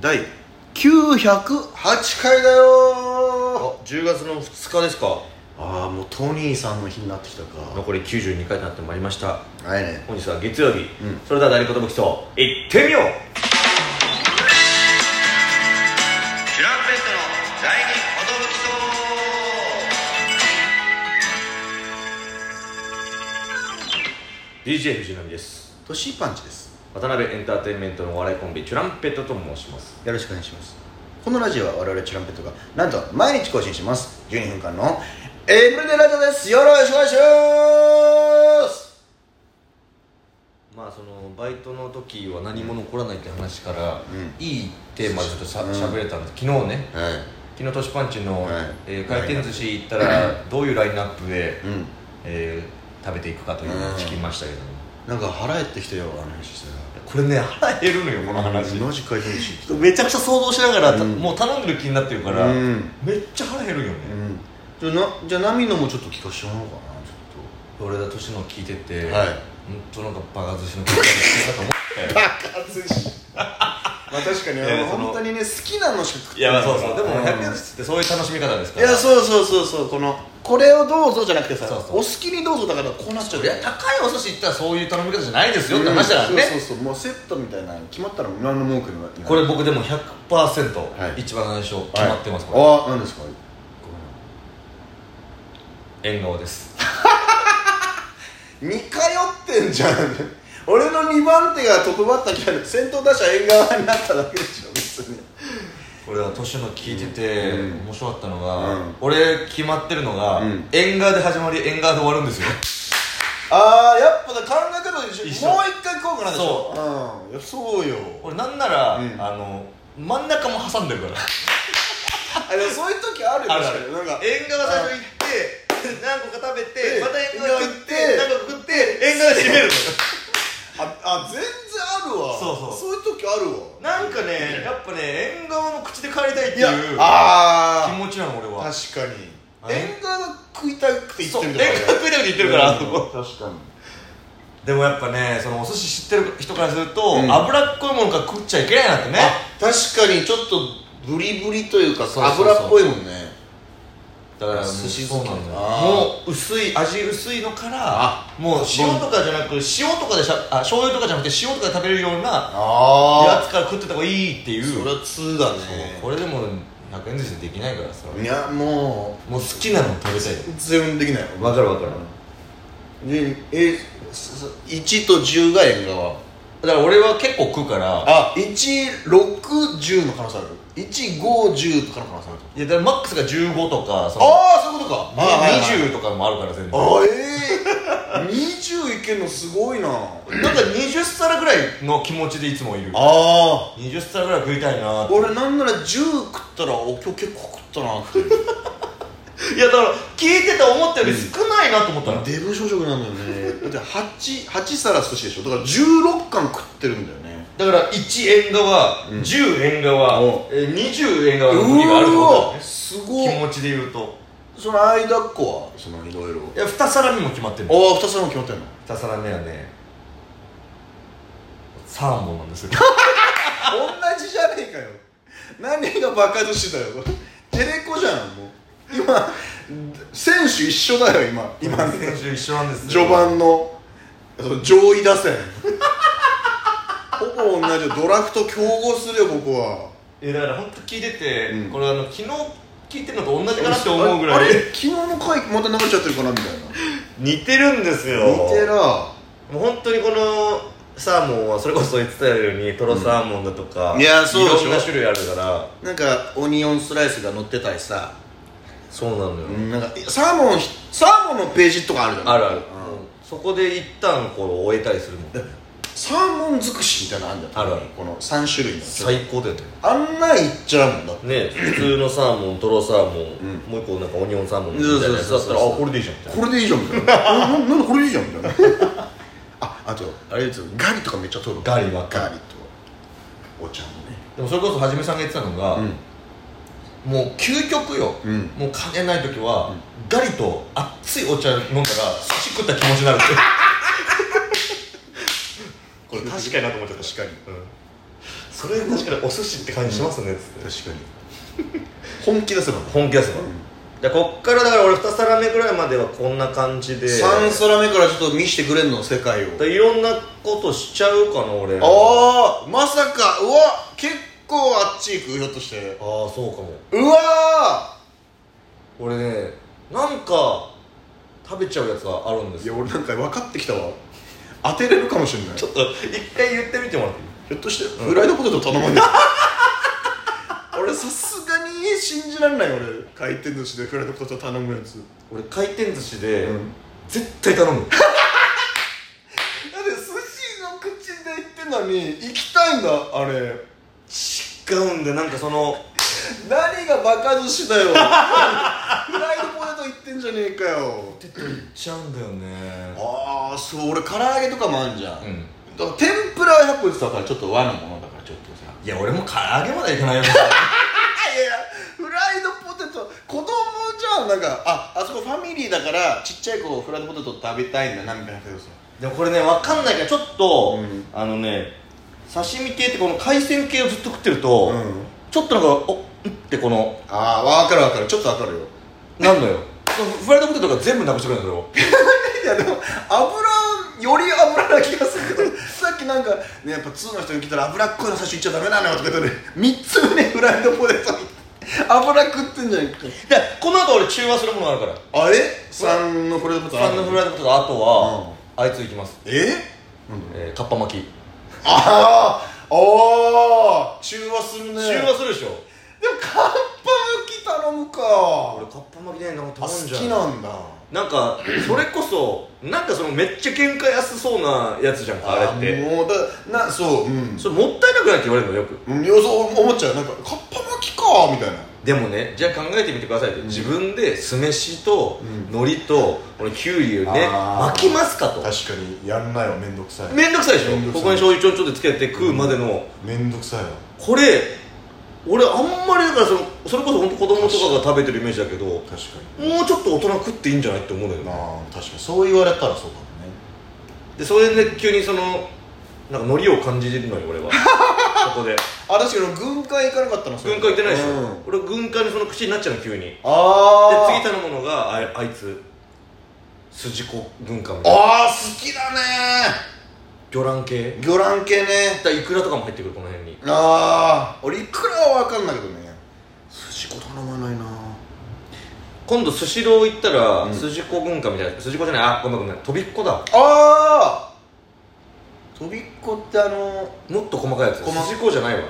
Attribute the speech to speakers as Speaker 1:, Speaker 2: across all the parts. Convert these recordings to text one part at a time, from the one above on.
Speaker 1: 第
Speaker 2: 908回だ
Speaker 1: あ
Speaker 2: よ
Speaker 1: 10月の2日ですか
Speaker 2: ああもうトニーさんの日になってきたか
Speaker 1: 残り92回となってまいりました
Speaker 2: はいね
Speaker 1: 本日は月曜日、
Speaker 2: うん
Speaker 1: それでは第二言武器と行ってみようチュランペットの第二言武器と DJ 藤波です
Speaker 2: トシパンチです
Speaker 1: 渡辺エンターテインメントのお笑いコンビチュランペットと申します
Speaker 2: よろしくお願いしますこのラジオは我々チュランペットがなんと毎日更新します12分間のエブリデイラジオですよろしくお願いします
Speaker 1: まあそのバイトの時は何も残らないって話から、
Speaker 2: ん
Speaker 1: いいテーマでちょっとしゃ,、
Speaker 2: うん
Speaker 1: べれたんです昨日ね
Speaker 2: はい
Speaker 1: 昨日トシパンチの、
Speaker 2: はい
Speaker 1: えー回転寿司行ったらどういうラインナップで、
Speaker 2: うん
Speaker 1: えー食べていくかというのを聞きましたけども、
Speaker 2: なんか腹減ってきたよあの話して
Speaker 1: これね腹減るのよこの話、
Speaker 2: マジ回転寿司行って
Speaker 1: めちゃくちゃ想像しながら、た
Speaker 2: うん
Speaker 1: もう頼んでる気になってるか
Speaker 2: た
Speaker 1: ら、
Speaker 2: うん
Speaker 1: めっちゃ腹減るよね、
Speaker 2: じゃあなじゃあナミのもちょっと聞かせてもらおうかなち
Speaker 1: 俺だ年の聞いてて、
Speaker 2: はい
Speaker 1: 本当なんかバカ寿司の食い方してるかと思って
Speaker 2: ょっとカ寿司まあ確かに
Speaker 1: いや
Speaker 2: 俺
Speaker 1: その
Speaker 2: 本当にね好きなのしか食って
Speaker 1: いやまあそうそうでも
Speaker 2: うん
Speaker 1: 100円寿司ってそういう楽しみ方ですか
Speaker 2: い
Speaker 1: ら
Speaker 2: やそうそうそうそうこのこれをどうぞじゃなくてさ
Speaker 1: そうそう
Speaker 2: お好きにどうぞだからこうなっちゃう
Speaker 1: いや高いお寿司行ったらそういう頼み方じゃないですよって話だから
Speaker 2: うんそ
Speaker 1: ね
Speaker 2: うそうそうもうセットみたいなの決まったら何の文句にも
Speaker 1: これ
Speaker 2: はい
Speaker 1: 僕でも100%
Speaker 2: い
Speaker 1: 一番最初決まってますこれ
Speaker 2: ああ何ですか
Speaker 1: 縁側です
Speaker 2: 似通ってんじゃん俺の2番手がトップバッターじゃなくて先頭打者縁側になっただけでしょ別に
Speaker 1: これは年の聞いてて
Speaker 2: うん
Speaker 1: 面白かったのが、
Speaker 2: うん
Speaker 1: 俺決まってるのが、
Speaker 2: うん
Speaker 1: 縁側で始まり縁側で終わるん ですよ
Speaker 2: ああやっぱだ考え方でしょ
Speaker 1: 一緒
Speaker 2: もう一回こうかなんでしょそう,、ん、いやそうよ
Speaker 1: 俺なんなら、
Speaker 2: うん
Speaker 1: あの真ん中も挟んでるから
Speaker 2: あでもそういう時あるよ
Speaker 1: あるある
Speaker 2: 確かになんか
Speaker 1: 縁側最初行って何個か食べ
Speaker 2: で
Speaker 1: てまた縁側行って
Speaker 2: 縁側
Speaker 1: 何個か食って縁側で締めるのよ
Speaker 2: ああ全然ある
Speaker 1: そ
Speaker 2: わ
Speaker 1: うそう
Speaker 2: そういう時あるわ
Speaker 1: なんかねやっぱね縁側の口で帰りたいって
Speaker 2: い
Speaker 1: い
Speaker 2: や
Speaker 1: う気
Speaker 2: あ
Speaker 1: 持ちなの俺は
Speaker 2: あ確かに
Speaker 1: あれ
Speaker 2: 縁側が食いたくて行ってるみたい
Speaker 1: そう食いたくて言ってるからあそこ
Speaker 2: 確かに
Speaker 1: でもやっぱねそのお寿司知ってる人からすると、
Speaker 2: うん
Speaker 1: 脂っこいものから食っちゃいけないなってね
Speaker 2: あ確かにちょっとブリブリというか
Speaker 1: そうそうそう
Speaker 2: 油っぽいもんね
Speaker 1: だからもう
Speaker 2: 寿司
Speaker 1: そ
Speaker 2: 好
Speaker 1: う
Speaker 2: き
Speaker 1: なんだよ
Speaker 2: あ
Speaker 1: もう薄い味薄いのから
Speaker 2: あ
Speaker 1: もう
Speaker 2: そう
Speaker 1: 塩とかじゃなく塩とかでしゃあ醤油とかじゃなくて塩とかで食べれるようなや
Speaker 2: ああ
Speaker 1: つから食ってた方がいいっていう
Speaker 2: それは通だ
Speaker 1: そう
Speaker 2: ね
Speaker 1: これでも100円寿司できないからさ
Speaker 2: いやも
Speaker 1: もう好きなの食べたいよ
Speaker 2: う全然できない
Speaker 1: わかるわかる
Speaker 2: でえそそ1と10が縁側
Speaker 1: だから俺は結構食うから
Speaker 2: あ160の可能性ある150とかの可能性あ
Speaker 1: いや
Speaker 2: る
Speaker 1: だからマックスが15とかその
Speaker 2: ああそういうことか20
Speaker 1: 20とかもあるから全然
Speaker 2: あええー、20いけるのすごいな
Speaker 1: なんか20皿ぐらいの気持ちでいつもいる
Speaker 2: あ
Speaker 1: 20皿ぐらい食いたいなって
Speaker 2: 俺なんなら10食ったらお今日結構食ったなっていう
Speaker 1: いやだから聞いてて思ったより少ないなと思ったの、
Speaker 2: デブ小食なんだよねだって 8, 八皿寿司でしょだから16貫食ってるんだよね
Speaker 1: だから1円側、
Speaker 2: うん
Speaker 1: 10円側、
Speaker 2: お
Speaker 1: えー20円側の
Speaker 2: う
Speaker 1: 国があるってことだよ
Speaker 2: わ
Speaker 1: ね
Speaker 2: す
Speaker 1: 気
Speaker 2: ごい
Speaker 1: 持ちで言うと
Speaker 2: その間っこはそのいろいろ
Speaker 1: いや2皿目も決まってる
Speaker 2: ああ2皿も決まってんの
Speaker 1: 2皿目はねサーモンなんです よ
Speaker 2: 同じじゃねえかよ何がバカ寿司だよテレコじゃんもう今選手一緒だよ今今ね
Speaker 1: 選手一緒なんですよ
Speaker 2: 序盤のその上位打線ほぼ同じドラフト競合するよ僕はい
Speaker 1: やだから本当聞いてて、
Speaker 2: うん
Speaker 1: これあの昨日聞いてるのと同じかなって思うぐら
Speaker 2: あれ
Speaker 1: い
Speaker 2: あれ昨日の回また流れちゃってるかなみたいな
Speaker 1: 似てるんです
Speaker 2: 似てら
Speaker 1: もう本当にこのサーモンはそれこそ言ってたようにトロサーモンだとか、
Speaker 2: うんいやそうでしょ
Speaker 1: いろんな種類あるから
Speaker 2: なんかオニオンスライスが乗ってたりさ、
Speaker 1: そうなのよ、
Speaker 2: うん、なんかサーモンひサーモンのページとかあるじゃん
Speaker 1: あるある、
Speaker 2: うん
Speaker 1: そこで一旦こう終えたりするもん
Speaker 2: サーモン尽くしみたいなのあるじゃん
Speaker 1: あるある
Speaker 2: この3種類の
Speaker 1: 最高だよね
Speaker 2: あんなんいっちゃうもんだって
Speaker 1: ね普通のサーモントロサーモン、
Speaker 2: ん
Speaker 1: もう一個なんかオニオンサーモンみたいなやつだったらあ
Speaker 2: そうそうそうそう
Speaker 1: これでいいじゃんみたい
Speaker 2: これでいいじゃんみた いなえななんでこれでいいじゃんみたいなああとあれですよガリとかめっちゃ取る
Speaker 1: ガリは
Speaker 2: ガリとお茶もね
Speaker 1: なでもそれこそはじめさんが言ってたのが、もう究極よ、
Speaker 2: うん
Speaker 1: もう金ない時は、ガリと熱いお茶飲んだら寿司食った気持ちになるってこれ確かになと思っちゃった
Speaker 2: 確かに
Speaker 1: うんそれ確かにお寿司って感じしますね、つって
Speaker 2: 確かに本気出せば
Speaker 1: 本気出せば、
Speaker 2: うん
Speaker 1: じゃあこっからだから俺2皿目ぐらいまではこんな感じで
Speaker 2: 3皿目からちょっと見してくれんの世界を
Speaker 1: だからいろんなことしちゃうかな俺
Speaker 2: ああまさかうわ結構あっち行くひょっとして
Speaker 1: あーそうかも
Speaker 2: うわ
Speaker 1: 俺ねなんか食べちゃうやつがあるんで
Speaker 2: ー
Speaker 1: す
Speaker 2: いや
Speaker 1: よ
Speaker 2: 俺なんか分かってきたわ当てれるかもしれない
Speaker 1: ちょっと一回言ってみてもらっていい
Speaker 2: ひょっとして
Speaker 1: うん
Speaker 2: フライドポテト頼まんで 俺さすがに信じらんない俺回転寿司でフライドポテト頼むやつ
Speaker 1: 俺回転寿司で、
Speaker 2: うん
Speaker 1: 絶対頼む
Speaker 2: だって寿司の口で言ってんのに行きたいんだあれ
Speaker 1: 違うんでなんかその
Speaker 2: 何がバカ寿司だよ フライドポテト言ってんじゃねえかよ
Speaker 1: ポテトいっちゃうんだよね
Speaker 2: ああそう俺唐揚げとかもあんじゃん、
Speaker 1: うん
Speaker 2: だから天ぷらはやっぱ言ってたからちょっと和のものだからちょっとさ
Speaker 1: いや俺も唐揚げまでいか ないよ
Speaker 2: あいやいやフライドポテト子供じゃんなんかああそこファミリーだからちっちゃい子フライドポテト食べたいんだなみたいなけどさ
Speaker 1: でもこれねわかんないからちょっと、
Speaker 2: うん
Speaker 1: あのね刺身系ってこの海鮮系をずっと食ってると、
Speaker 2: うん
Speaker 1: ちょっとなんかおんってこの
Speaker 2: ああ分かる分かるちょっと分かるよ
Speaker 1: なんのよそのフライドポテトが全部なくしてくれるんだよ
Speaker 2: いやでも油より油な気がするけど さっきなんか、ね、やっぱ通の人に聞いたら脂っこいの最初言っちゃダメなのよとか言ってね3つ目ねフライドポテトに油食ってんじゃんか
Speaker 1: でこの後俺中和するものあるから
Speaker 2: あれ3のフライドポテトあ
Speaker 1: サン
Speaker 2: るの
Speaker 1: ドフライドポテトあとは、あいついきます、
Speaker 2: え
Speaker 1: えー、かっぱ巻き
Speaker 2: ああああ中和するね
Speaker 1: 中和するでしょ
Speaker 2: でもカッパ巻き頼むか
Speaker 1: 俺かっぱ巻きねなん
Speaker 2: あ
Speaker 1: か
Speaker 2: 好
Speaker 1: 頼んじゃう
Speaker 2: きなんだ
Speaker 1: なんかそれこそなんかそのめっちゃ喧嘩安そうなやつじゃんかあれって
Speaker 2: もうだなそううん
Speaker 1: それもったいなくないって言われるのよく
Speaker 2: うんいやそう思っちゃうなんかカッパ巻きかみたいな
Speaker 1: でもねじゃあ考えてみてくださいって、自分で酢飯と
Speaker 2: うん
Speaker 1: 海苔とこのきゅうりをね
Speaker 2: あー
Speaker 1: 巻きますかと
Speaker 2: 確かにやんないわめんどくさい
Speaker 1: めんどくさいでしょ
Speaker 2: めんどくさ
Speaker 1: こ
Speaker 2: い
Speaker 1: こに醤油ちょんちょんってつけて食うまでの、
Speaker 2: めんどくさいわ
Speaker 1: これ俺あんまりだからそのそれこそ本当子供とかが食べてるイメージだけども
Speaker 2: 確か
Speaker 1: うちょっと大人食っていいんじゃないって思うんだよ
Speaker 2: に
Speaker 1: ね
Speaker 2: あ確かにそう言われたらそうかもね
Speaker 1: でそれで急にそのなんか海苔を感じるのよ俺 はそこで
Speaker 2: あ確かに軍艦行かなかったのそれ
Speaker 1: 軍艦行ってないでしょ、
Speaker 2: うん
Speaker 1: 俺軍艦にその口になっちゃうの急にで
Speaker 2: ああ
Speaker 1: 次頼むのがああいつ筋子軍艦みたいな
Speaker 2: ああ好きだね
Speaker 1: 魚卵系
Speaker 2: 魚卵系ね
Speaker 1: だイクラとかも入ってくるこの辺に
Speaker 2: ああ俺いくらは分かんないけどね寿司子頼まないな
Speaker 1: 今度スシロー行ったら、
Speaker 2: うん
Speaker 1: 筋子軍艦みたいな筋子じゃないあごめんごめんとびっこだ
Speaker 2: ああとびっこってあの
Speaker 1: もっと細かいやつ
Speaker 2: 細か
Speaker 1: 筋子じゃないわ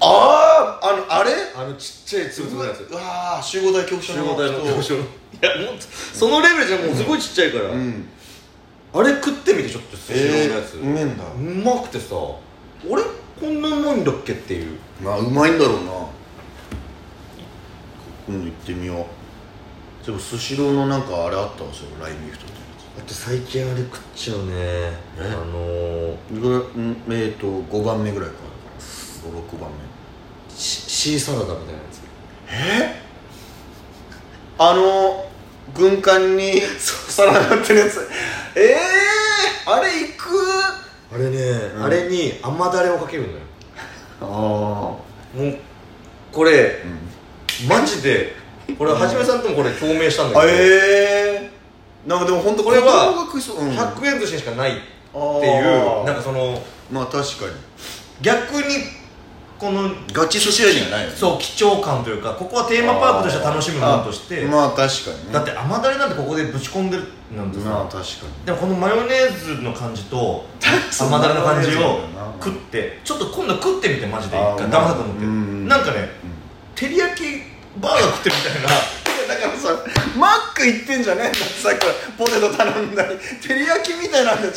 Speaker 2: あああのあれ
Speaker 1: あのちっちゃい粒々のやつ
Speaker 2: うわあ集合体恐怖症
Speaker 1: 集
Speaker 2: の
Speaker 1: 合体の
Speaker 2: 人
Speaker 1: 教書のいやもうそのレベルじゃもうすごいちっちゃいから、
Speaker 2: うん
Speaker 1: あれ食ってみてちょっとスシローのやつ、
Speaker 2: えーうめえんだ
Speaker 1: うまくてさ俺こんなうまいんだっけっていう
Speaker 2: まあうまいんだろうな今度行ってみようでもスシローのなんかあれあったわそれラインギフトって
Speaker 1: あと最近あれ食っちゃうねあのー、
Speaker 2: やつうんえっ、と5番目ぐらいか56番目
Speaker 1: シシーサラダみたいなやつ
Speaker 2: あの軍艦に皿がってるやつええー、あれ行く
Speaker 1: あれね、
Speaker 2: ん
Speaker 1: あれに甘だれをかけるのよ
Speaker 2: あ
Speaker 1: もうこれ
Speaker 2: あ、うん、
Speaker 1: マジでこれはじめさんともこれ表明したんだ
Speaker 2: あ
Speaker 1: けど、
Speaker 2: ええー、なんかでも本当
Speaker 1: これは
Speaker 2: 子供が食いそう、うん、
Speaker 1: 100円寿司にしかないって
Speaker 2: て
Speaker 1: いうなんかその
Speaker 2: まあ確かに
Speaker 1: 逆にこの
Speaker 2: ガチ寿司屋にはないよね
Speaker 1: そう貴重感というかここはテーマパークとしては楽しむものとして、
Speaker 2: あまあ確かにね
Speaker 1: だって甘だれなんてここでぶち込んでるなんて
Speaker 2: まあ
Speaker 1: さ、
Speaker 2: 確か
Speaker 1: でもこのマヨネーズの感じ と
Speaker 2: に
Speaker 1: 甘だれの感じを
Speaker 2: 食
Speaker 1: 食ってちょっと今度食ってみてマジで一
Speaker 2: あー
Speaker 1: 回騙
Speaker 2: ま
Speaker 1: さ
Speaker 2: あ
Speaker 1: れたと思って
Speaker 2: うん
Speaker 1: なんかね照り焼きバーガー食ってるみたいな
Speaker 2: だからさマック行ってんじゃねえんだってさっきからポテト頼んだり照り焼きみたいな話寿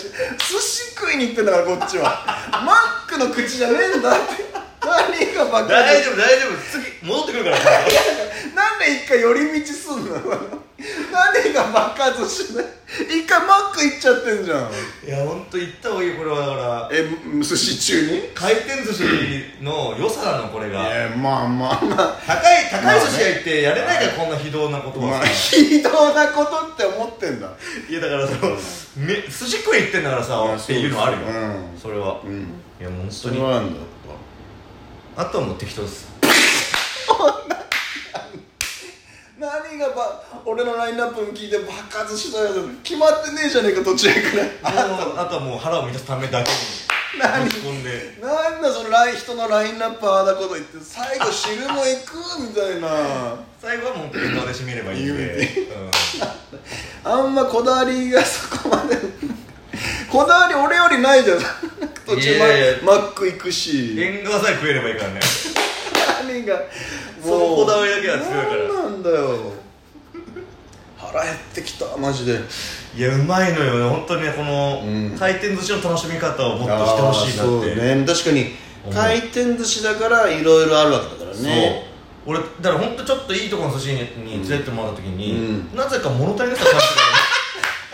Speaker 2: 司食いに行ってんだからこっ ちはマックの口じゃねえんだって何がバカ
Speaker 1: 大
Speaker 2: で
Speaker 1: 丈夫大丈夫次戻ってくる から
Speaker 2: なんで一回寄り道すんの 何がバカ寿司だよ一回マック行っちゃってんじゃん
Speaker 1: いや本当行った方がいいよこれはだから
Speaker 2: え寿司中にい
Speaker 1: 回転寿司の良さなのこれが
Speaker 2: やまあまあまあ
Speaker 1: 高い高い寿司屋行ってやれないからこんな非道なこと
Speaker 2: ま
Speaker 1: は
Speaker 2: あ非道なことって思ってんだ
Speaker 1: いやだからそのめ寿司食い行ってんだからさっていうのはあるよ
Speaker 2: うん
Speaker 1: それは
Speaker 2: うん
Speaker 1: いやもう本
Speaker 2: そ
Speaker 1: 当
Speaker 2: れ
Speaker 1: に
Speaker 2: はなんだやっ
Speaker 1: あとはもう適当です
Speaker 2: 何がば俺のラインナップも聞いて爆発したやつ決まってねえじゃねえか途中から
Speaker 1: あとあとはもう腹を満たすためだけに
Speaker 2: 何
Speaker 1: 持ち込んで
Speaker 2: なんだそのライン人のラインナップああだこと言って最後汁も行くみたいな
Speaker 1: 最後はもう適当で締めればいいんで、うん、
Speaker 2: あんまこだわりがそこまでこだわり俺よりないじゃん途中
Speaker 1: い
Speaker 2: マ
Speaker 1: やいや
Speaker 2: マック行くし
Speaker 1: 縁側さえ食えればいいからね
Speaker 2: 何が
Speaker 1: そのこだわりだけは強いから
Speaker 2: 何なんだよ腹減ってきたマジで
Speaker 1: いやうまいのよね本当にねこの、
Speaker 2: うん
Speaker 1: 回転寿司の楽しみ方をもっとしてほしいなって
Speaker 2: あーそうね確かに
Speaker 1: 思う
Speaker 2: 回転寿司だからいろいろあるわけだから
Speaker 1: そう
Speaker 2: ね
Speaker 1: 俺だから本当ちょっといいところの寿司にに連れてってもらった時に、
Speaker 2: う
Speaker 1: なぜか物足りなさ感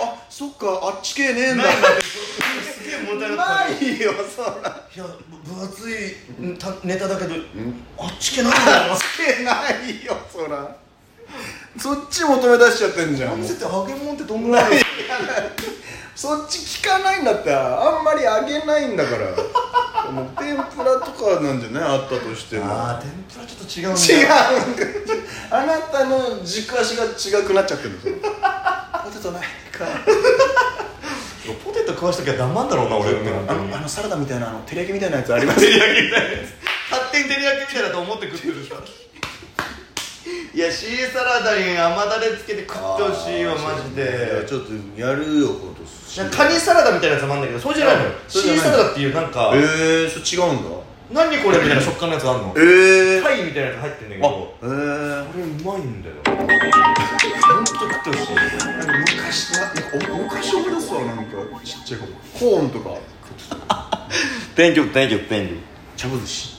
Speaker 2: あそっかあっち系ねえ
Speaker 1: じ
Speaker 2: ん
Speaker 1: が
Speaker 2: だ
Speaker 1: ないなってすげえ物足りなさ感じ
Speaker 2: ないよそら
Speaker 1: いやぶ分厚いたネタだけど
Speaker 2: ん
Speaker 1: あっち系なんだよな
Speaker 2: つけないよそらそっち求め出しちゃってんじゃ
Speaker 1: お
Speaker 2: んもう
Speaker 1: 店って揚げ物ってどんぐらい
Speaker 2: そっち聞かないんだってあんまり揚げないんだからもう天ぷらとかなんじゃないあったとしても
Speaker 1: ああ天ぷらちょっと違うんだ
Speaker 2: 違
Speaker 1: よ
Speaker 2: うんだよあなたの軸足が違くなっちゃってるんです よポテトないか
Speaker 1: ポテト食わしときは黙んだろうな俺って本当
Speaker 2: あ
Speaker 1: に
Speaker 2: のあのサラダみたいなあの照り焼きみたいなやつあります
Speaker 1: 照り焼きみたいなやつ勝手に照り焼きみたいだと思って食ってるでしょいやシーサラダに甘だれつけて食ってほしいわマジ
Speaker 2: いや
Speaker 1: で
Speaker 2: ちょっとやるよ今度寿司
Speaker 1: いやカニサラダみたいなやつもあるんだけどそうじゃないのよ
Speaker 2: そ
Speaker 1: シ
Speaker 2: うじゃな
Speaker 1: ー
Speaker 2: い
Speaker 1: サラダっていうなんか
Speaker 2: えー、それ違うんだ
Speaker 1: 何これみたいな食感のやつあんの
Speaker 2: えー、
Speaker 1: タイみたいなやつ入ってんだけ
Speaker 2: あ
Speaker 1: ど
Speaker 2: えー
Speaker 1: これうまいんだよホント食ってほしい
Speaker 2: なんか昔ななんかお昔思い出すわなんかちっちゃい頃コーンとか
Speaker 1: Thank you, thank you, thank you
Speaker 2: ちゃぶ寿司